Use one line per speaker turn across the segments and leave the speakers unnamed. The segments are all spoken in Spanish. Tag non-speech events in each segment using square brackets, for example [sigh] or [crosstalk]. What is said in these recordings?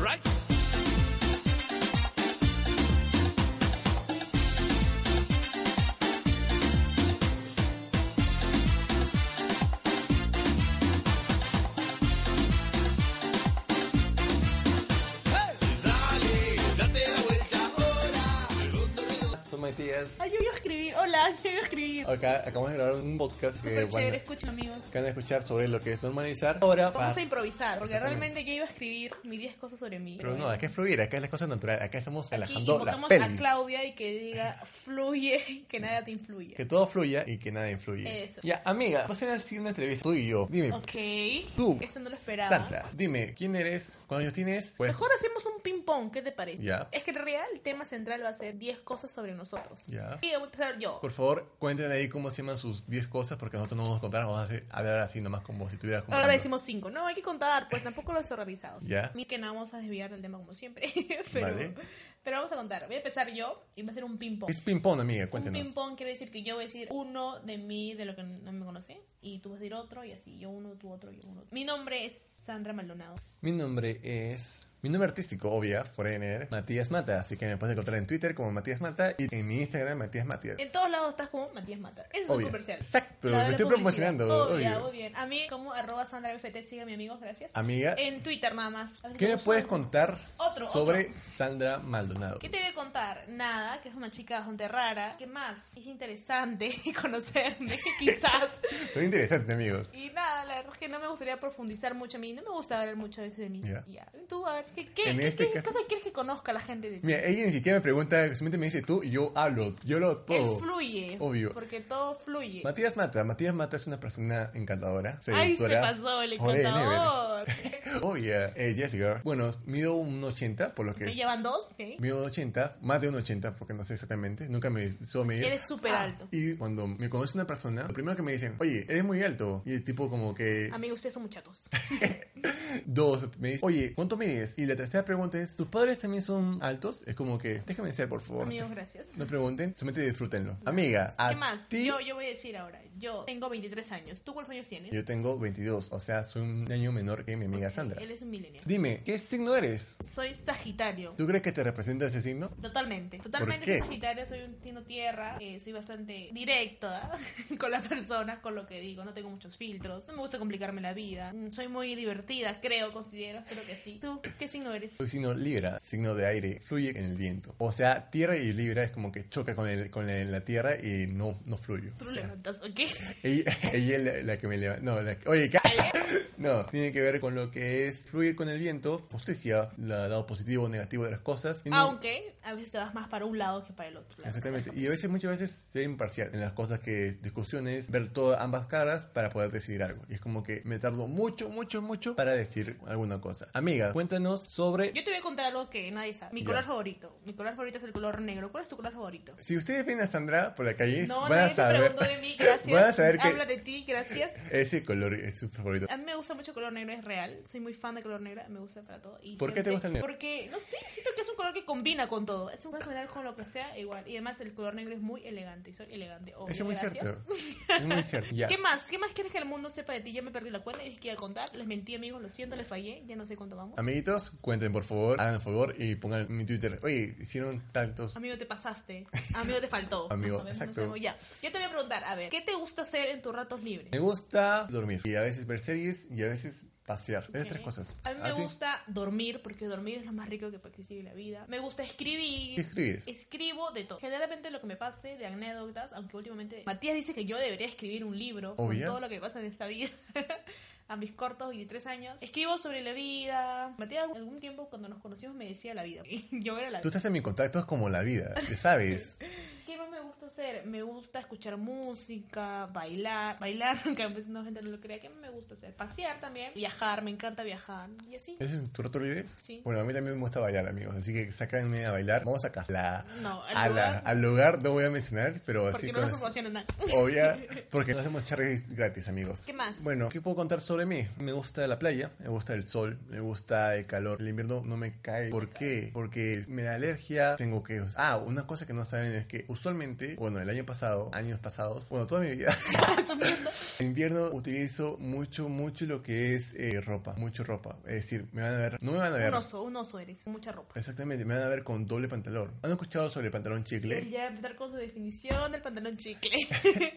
Right. Dale, date la vuelta ahora.
sometidas.
Ay, Ah, yo iba a escribir. Hola, yo iba a escribir.
Acá acabamos de grabar un podcast que
Súper chévere,
van,
escucho, amigos.
que van a escuchar sobre lo que es normalizar. Ah, Ahora, pa-
Vamos a improvisar, porque
Exactamente.
realmente yo iba a escribir mis 10 cosas sobre mí.
pero no, acá es fluir, acá es las cosas naturales, acá estamos
Aquí
relajando las
invocamos a
pelvis.
Claudia y que diga, fluye, [laughs] que nada te influya.
Que todo fluya y que nada influye.
Eso.
Ya, amiga, vos a hacer una entrevista tú y yo. Dime,
Ok.
tú,
Eso no lo esperaba.
Sandra, dime, ¿quién eres? ¿Cuántos años tienes? Pues,
Mejor hacemos un ping-pong, ¿qué te parece?
Ya.
Es que en realidad el tema central va a ser 10 cosas sobre nosotros.
Ya.
Y voy a empezar yo.
por favor, cuenten ahí cómo se llaman sus 10 cosas, porque nosotros no vamos a contar, vamos a hacer- hablar así nomás como si tuvieras como...
Ahora decimos 5. No, hay que contar, pues tampoco lo he organizado.
Ya.
Ni que nada, vamos a desviar del tema como siempre. [laughs] pero,
Vale.
pero vamos a contar. Voy a empezar yo y va a ser un ping-pong.
Es ping-pong, amiga,
Un
cuéntenos.
ping-pong quiere decir que yo voy a decir uno de mí, de lo que no me conoce, y tú vas a decir otro, y así, yo uno, tú otro, yo uno. Mi nombre es Sandra Maldonado.
Mi nombre es. Mi nombre artístico, obvia, por ahí tener Matías Mata. Así que me puedes encontrar en Twitter como Matías Mata y en mi Instagram, Matías Matías.
En todos lados estás como Matías Mata. Ese es un
Obvio.
comercial.
Exacto,
La de
me
la
estoy
publicidad.
promocionando,
Obvia,
obvio.
muy bien. A mí, como arroba Sandra BFT, sigue a mi amigo, gracias.
Amiga.
En Twitter nada más. A veces
¿Qué me
uso
puedes
eso.
contar
Otro,
sobre
otro.
Sandra Maldonado?
¿Qué te voy a contar? Nada, que es una chica bastante rara. ¿Qué más? Es interesante [laughs] conocerme, [laughs] quizás.
Muy interesante, amigos.
Y nada, la verdad es que no me gustaría profundizar mucho a mí. No me gusta hablar muchas veces de mí.
Ya.
Ya. Tú, a ver, ¿qué, qué,
En
qué-
este
qué
caso-
cosa quieres que conozca la gente de ti?
Mira, ella ni siquiera me pregunta, simplemente me dice tú y yo hablo. Yo lo todo.
Él fluye.
Obvio.
Porque todo fluye.
Matías Mata. Matías Mata es una persona encantadora.
Ay, se
seductora,
pasó el
forever and ever.
contador. [laughs]
[laughs] Obvia. Eh, Jessica. Bueno, mido un 80, por lo que
¿Te
es.
llevan dos? ¿Qué?
Mido un 80, más de un 80, porque no sé exactamente. Nunca me hizo medir.
Eres súper
Ah,
alto.
Y cuando me conoce una persona, lo primero que me dicen, oye, eres muy alto. Y el tipo como que...
Amigos, ustedes
[laughs]
son muchachos.
Dos, me dice, oye, ¿cuánto mides? Y la tercera pregunta es, ¿tus padres también son altos? Es como que, déjame ser, por favor.
Amigos, gracias.
No pregunten, solamente disfrútenlo. Amiga, ¿a
¿Qué más?
ti-
Yo, yo voy a decir ahora. Yo tengo 23 años. ¿Tú cuántos años tienes?
Yo tengo 22, o sea, soy un año menor que mi amiga Sandra.
Él es un millennial.
Dime, ¿qué signo eres?
Soy Sagitario.
¿Tú crees que te representa ese signo?
Totalmente, totalmente
qué?
soy sagitaria, soy un signo tierra, eh, soy bastante directa [laughs] con las personas, con lo que digo, no tengo muchos filtros, no me gusta complicarme la vida, mm, soy muy divertida, creo, considero, creo que sí. ¿Tú qué signo eres?
Soy signo Libra, signo de aire, fluye en el viento. O sea, tierra y Libra es como que choca con, el, con el- la tierra y no, no fluyo.
Tú lo levantas, ¿ok?
Ella, [laughs] ella es la, la que me levanta. No, la que- oye, ca- [laughs] No, tiene que ver con lo que es fluir con el viento. Justicia, la- lado positivo o negativo de las cosas. Y no-
Aunque a veces te vas más para un lado que para el otro. la verdad.
Exactamente. Y a veces, muchas veces, ser imparcial en las cosas que es discusiones, ver todas ambas caras para poder decidir algo. Y es como que me tardo mucho, mucho, mucho para decir alguna cosa. Amiga, cuéntanos sobre.
Yo te voy a contar algo que nadie sabe. Mi
Ya.
color favorito. Mi color favorito es el color negro. ¿Cuál es tu color favorito?
Si ustedes ven a Sandra por la calle,
No,
van a
nadie te
saber.
preguntó de mí,
[laughs]
gracias.
Van a saber que
Habla de ti, gracias.
ese color es su favorito.
A mí me gusta mucho el color negro, es real. Soy muy fan de color negro, me gusta para todo. Y
¿Por qué
siempre-
te gusta el negro?
Porque, no sé, siento que es un color que combina con todo. Es un color general con lo que sea igual. Y además el color negro es muy elegante. Y soy elegante. obvio,
Eso es muy
gracias.
cierto.
[laughs]
Es muy cierto. Ya.
¿Qué más? ¿Qué más quieres que el mundo sepa de ti? Ya me perdí la cuenta y dije que iba a contar. Les mentí, amigos, lo siento, les fallé. Ya no sé cuánto vamos.
Amiguitos, cuenten por favor, hagan favor y pongan en mi Twitter. Oye, hicieron tantos.
Amigo, te pasaste. Amigo, te faltó. No
Amigo,
sabemos, no
exacto.
sabemos. Ya. Yo te voy a preguntar, a ver, ¿qué te gusta hacer en tus ratos libres?
Me gusta dormir y a veces ver series y a veces pasear. Esas tres
Ok.
cosas.
A mí me
ti?
gusta dormir, porque dormir es lo más rico que existe la vida. Me gusta escribir.
¿Qué escribes?
Escribo de todo. Generalmente lo que me pase de anécdotas, aunque últimamente Matías dice que yo debería escribir un libro
Obvio.
con todo lo que pasa en esta vida. [laughs] A mis cortos 23 años. Escribo sobre la vida. Matías algún tiempo cuando nos conocimos me decía la vida. [laughs] Y yo era la
Tú
vida. [laughs]
estás en mis contactos como la vida, ya sabes.
¿Qué más me gusta hacer? Me gusta escuchar música, bailar, bailar, [laughs] aunque a veces no gente no lo crea, que me gusta hacer? Pasear también, viajar, me encanta viajar y así.
¿Ese es tu rato libre?
Sí.
Bueno, a mí también me gusta bailar, amigos. Así que sáquenme a bailar. Vamos acá. La,
No, al
a la-
lugar.
al lugar no voy a mencionar, pero así
Porque no nos
con-
promocionan nada. [laughs]
Obvia, porque no hacemos charlas gratis, amigos.
¿Qué más?
Bueno, ¿qué puedo contar sobre mí? Me gusta la playa, me gusta el sol, me gusta el calor. El invierno no me cae. ¿Por qué? Porque me da alergia, tengo que... Ah, una cosa que no saben es que usualmente, bueno, el año pasado, años pasados, bueno, toda mi
[laughs]
vida, en invierno utilizo mucho, mucho lo que es eh, ropa, mucho ropa. Es decir, me van a ver... No me van a ver...
Un oso, un oso eres, mucha ropa.
Exactamente, me van a ver con doble pantalón. ¿Han escuchado sobre el pantalón chicle?
Él [laughs] ya va a empezar con su definición del
[laughs]
pantalón chicle.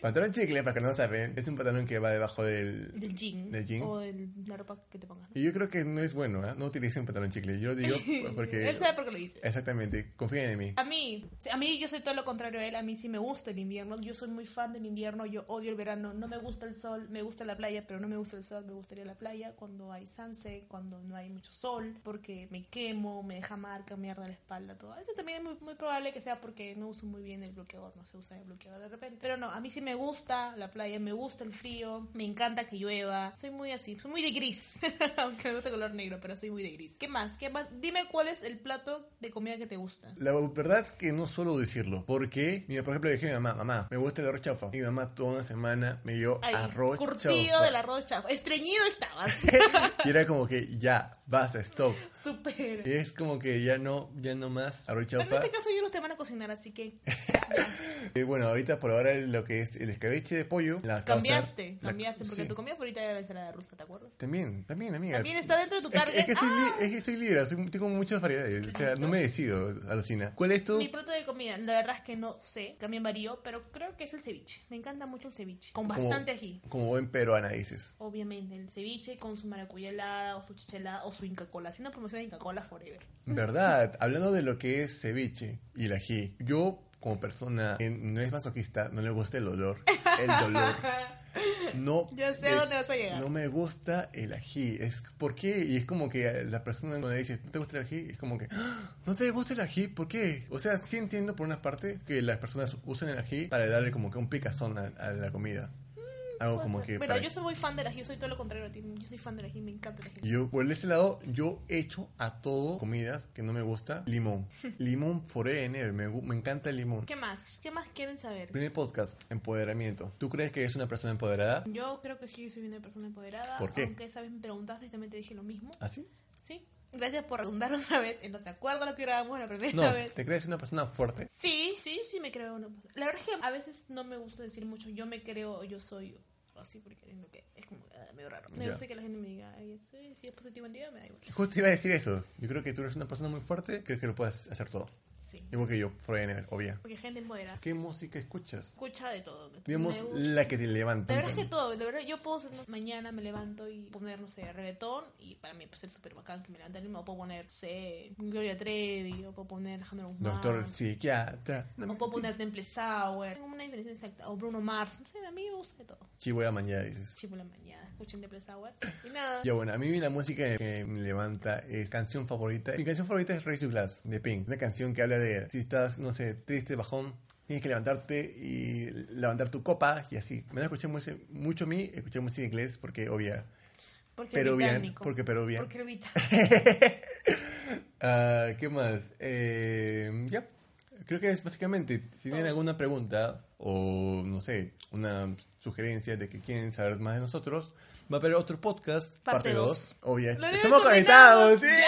Pantalón chicle, para que no saben, es un pantalón que va debajo del,
del jean.
Del jean.
O de la ropa que te pongas. ¿no?
Y yo creo que no es bueno, ¿eh? No utilicen pantalón chicle. Yo lo
[laughs]
digo pues, porque...
Él sabe por qué lo dice.
Exactamente, confíen en mí.
A mí, a mí yo soy todo lo contrario a él, a mí sí me gusta el invierno, yo soy muy fan del invierno, yo odio el verano, no me gusta el sol, me gusta la playa, pero no me gusta el sol, me gustaría la playa cuando hay sunset, cuando no hay mucho sol, porque me quemo, me deja marca, mierda la espalda, todo. Eso también es muy, muy probable que sea porque no uso muy bien el bloqueador, no se usa el bloqueador de repente. Pero no, a mí sí me gusta la playa, me gusta el frío, me encanta que llueva, soy muy así, soy muy de gris, [laughs] aunque me gusta el color negro, pero soy muy de gris. ¿Qué más? ¿Qué más? Dime cuál es el plato de comida que te gusta.
La verdad que no suelo decirlo, porque, mira, por ejemplo, le dije a mi mamá, mamá, me gusta el arroz chaufa. Mi mamá toda una semana me dio
Ay,
arroz
curtido
chaufa. [laughs]
del arroz chafa. Estreñido estabas.
Y era como que ya, basta, stop. Y
[laughs] Súper.
es como que ya no, ya no más arroz
Pero en
chaufa.
este caso ellos los te van a cocinar, así que
Y bueno, ahorita por ahora lo que es el escabeche de pollo, la causa-
cambiaste,
la-
cambiaste, porque
sí.
tu comida favorita era la ensalada rusa, ¿te acuerdas?
También, también, amiga.
También está dentro de tu
Es que-
carga.
Es que, soy, li-
¡Ah!
es que soy libre, soy- tengo muchas variedades. O sea, no me decido, alucina. ¿Cuál es tu...?
Mi plato de comida, la verdad es que no sé, también varío, pero creo que es el ceviche. Me encanta mucho el ceviche, con bastante ají.
Como buen peruana dices.
Obviamente, el ceviche con su maracuyá helada, o su chichelada, o su Inca Cola. Haciendo promoción de Inca Cola forever.
¿Verdad? Hablando de lo que es ceviche y el ají, yo como persona que no es masoquista, no le gusta el olor. El dolor. No,
[laughs] Ya sé
eh,
dónde vas a llegar.
No me gusta el ají. Es, ¿Por qué? Y es como que la persona cuando le dices, ¿no te gusta el ají? Es como que, "Ah, ¿no te gusta el ají? ¿Por qué? O sea, sí entiendo por una parte que las personas usan el ají para darle como que un picazón a, a la comida. Algo como que...
Mm, Pero
para-
yo soy muy fan del ají, yo soy todo lo contrario a ti. Yo soy fan del ají, me encanta el ají.
Yo, por ese lado, yo echo a todo comidas que no me gusta
[laughs]
limón. Limón forever, me, gu- me encanta el limón.
¿Qué más? ¿Qué más quieren saber?
Primer podcast, empoderamiento. ¿Tú crees que eres una persona empoderada?
Yo creo que sí, soy una persona empoderada.
¿Por qué? Ah.
Aunque esa vez me preguntaste y también te dije lo mismo. [laughs]
¿Así?
Sí. Gracias por redundar otra vez. Eh, No se acuerda lo que grabamos la primera
No,
vez.
¿te crees una persona fuerte?
Sí, sí, sí me creo. una- La verdad es que a veces no me gusta decir mucho. Yo me creo, yo soy o así porque tengo que- es como ah, medio raro. Me
Ya.
gusta que la gente me diga, ay, soy, si es positivo en día, me da igual.
Justo iba a decir eso. Yo creo que tú eres una persona muy fuerte, creo que lo puedes hacer todo.
Sí.
Igual que yo, forever, obvia.
Porque gente empoderada
¿Qué música escuchas?
escucha de todo. Me
Digamos,
gusta-
la que te levanta.
De verdad es que todo, de verdad yo puedo ser- mañana me levanto y poner, no sé, reggaetón y para mí pues ser súper bacán que me levante el o puedo poner, no sé, Gloria Trevi, o puedo poner Alejandro Guzmán,
Doctor psiquiatra.
o puedo poner Temple Sour, tengo una diferencia exacta, o Bruno Mars, no sé, a mí me gusta de todo.
Chihuahua mañana, dices.
Chivo la mañana, escuchen Temple Sour y nada.
Ya bueno, a mí la música que me levanta es canción favorita. Mi canción favorita es Raise Your Glass de Pink. Una canción que habla de si estás, no sé, triste, bajón, tienes que levantarte y levantar tu copa y así. Me la escuché mucho, mucho a mí, escuché música en inglés porque obvia.
Porque
pero bien,
británico.
porque pero bien.
Porque ahorita.
[laughs] Ah, ¿Qué más? Eh, ya. Creo que es básicamente, si tienen alguna pregunta o, no sé, una sugerencia de que quieren saber más de nosotros, va a haber otro podcast,
Parte
parte
dos.
2. Obvio.
Lo habíamos
Estamos
coordinado.
conectados.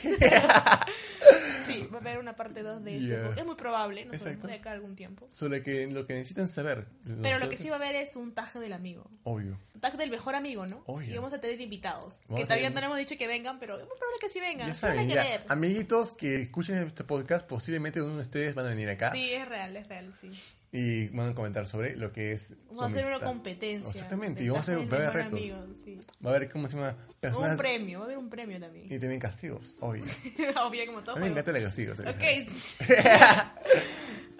¡Sí! [laughs]
Sí, va a haber una parte 2 de
Ya.
este. Es muy probable, nos vemos
Exacto.
de acá algún tiempo.
Sobre que, lo que necesitan saber.
Pero lo
Nosotros-
que sí va a haber es un taje del amigo.
Obvio.
tag del mejor amigo, ¿no?
Obvio.
Y vamos a tener invitados.
Vamos
que
a
todavía
tener-
no le hemos dicho que vengan, pero es muy probable que sí vengan.
Ya Ah,
sí van a
saben, ya.
querer.
Amiguitos que escuchen este podcast, posiblemente uno de ustedes van a venir acá
Sí, es real, es real, sí.
y van a comentar sobre lo que es. su
Vamos a hacer una
amistad.
competencia.
Exactamente,
del
y vamos a
tag
hacer
del
va a haber
mejor
retos.
amigo, sí.
Va a haber, ¿cómo se llama?
Un
Personas-
premio, va a haber un premio también.
Y también castigos, obvio.
[laughs] Obvio, como todo.
A mí me
juego.
encanta los castigos. [laughs]
Ok. sí.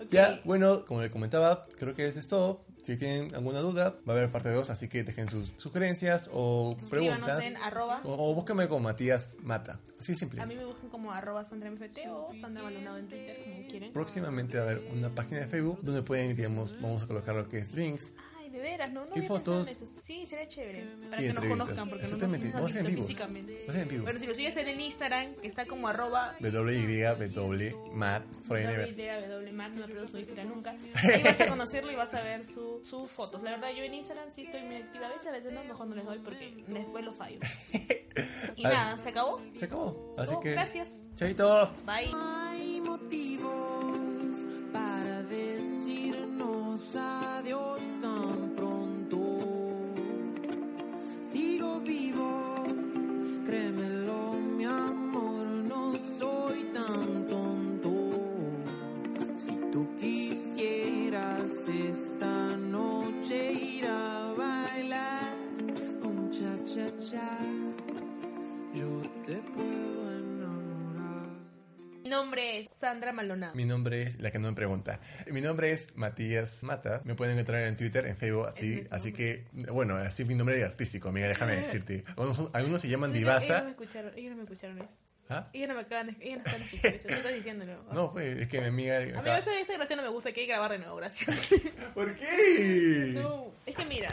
Ok.
Ya, bueno, como le comentaba, creo que eso es todo. Si tienen alguna duda, va a haber parte 2, así que dejen sus sugerencias o
Escríbanos
preguntas.
en arroba.
O, o búsquenme con Matías Mata. Así de simple.
A mí me buscan como arroba Sandra MFT o Sandra Maldonado en Twitter, como quieren.
Próximamente va a haber una página de Facebook donde pueden, digamos, vamos a colocar lo que es links
Ay, de veras, no, no
Y
había pensado en
fotos.
eso. Sí, sería chévere. Para
y
que nos
entrevistas.
conozcan, porque no nos- no
Exactamente,
nos
vamos a
han
hacer en
visto
vivos.
físicamente.
Vamos a hacer en vivos.
Bueno, si lo sigues en el Instagram, que está como arroba
www.mat.forever.
www Mac, no te lo subiste nunca.
[laughs]
Ahí vas a conocerlo y vas a ver su- sus fotos. La verdad, yo en Instagram sí estoy muy activa. A veces, a veces no, mejor no les doy porque después lo
[laughs]
fallo. Y
A ver.
nada, se acabó.
Se acabó. Así
Oh,
que.
gracias.
Chaito.
Bye.
hay motivos para decirnos adiós tan pronto. Sigo vivo, créemelo, mi amor, no soy tan tonto. Si tú quisieras esta noche ir a bailar un cha-cha-cha, yo te puedo enamorar.
Mi nombre es Sandra Maldonado.
Mi nombre es la que no me pregunta. Mi nombre es Matías Mata. Me pueden encontrar en Twitter, en Facebook, así. Así que, bueno, así es mi nombre de artístico, amiga, déjame decirte. Algunos, algunos se llaman
Ellos no me
Divasa.
escucharon, ellos no me escucharon eso.
¿Ah?
Ellos no me acaban de ellos no acaban de escuchar eso. Tú estás diciéndolo.
No, pues, es que mi amiga.
A mí
acá-
esa esa grabación no me gusta, hay que grabar de nuevo, gracias.
¿Por qué?
[laughs] No, es que mira,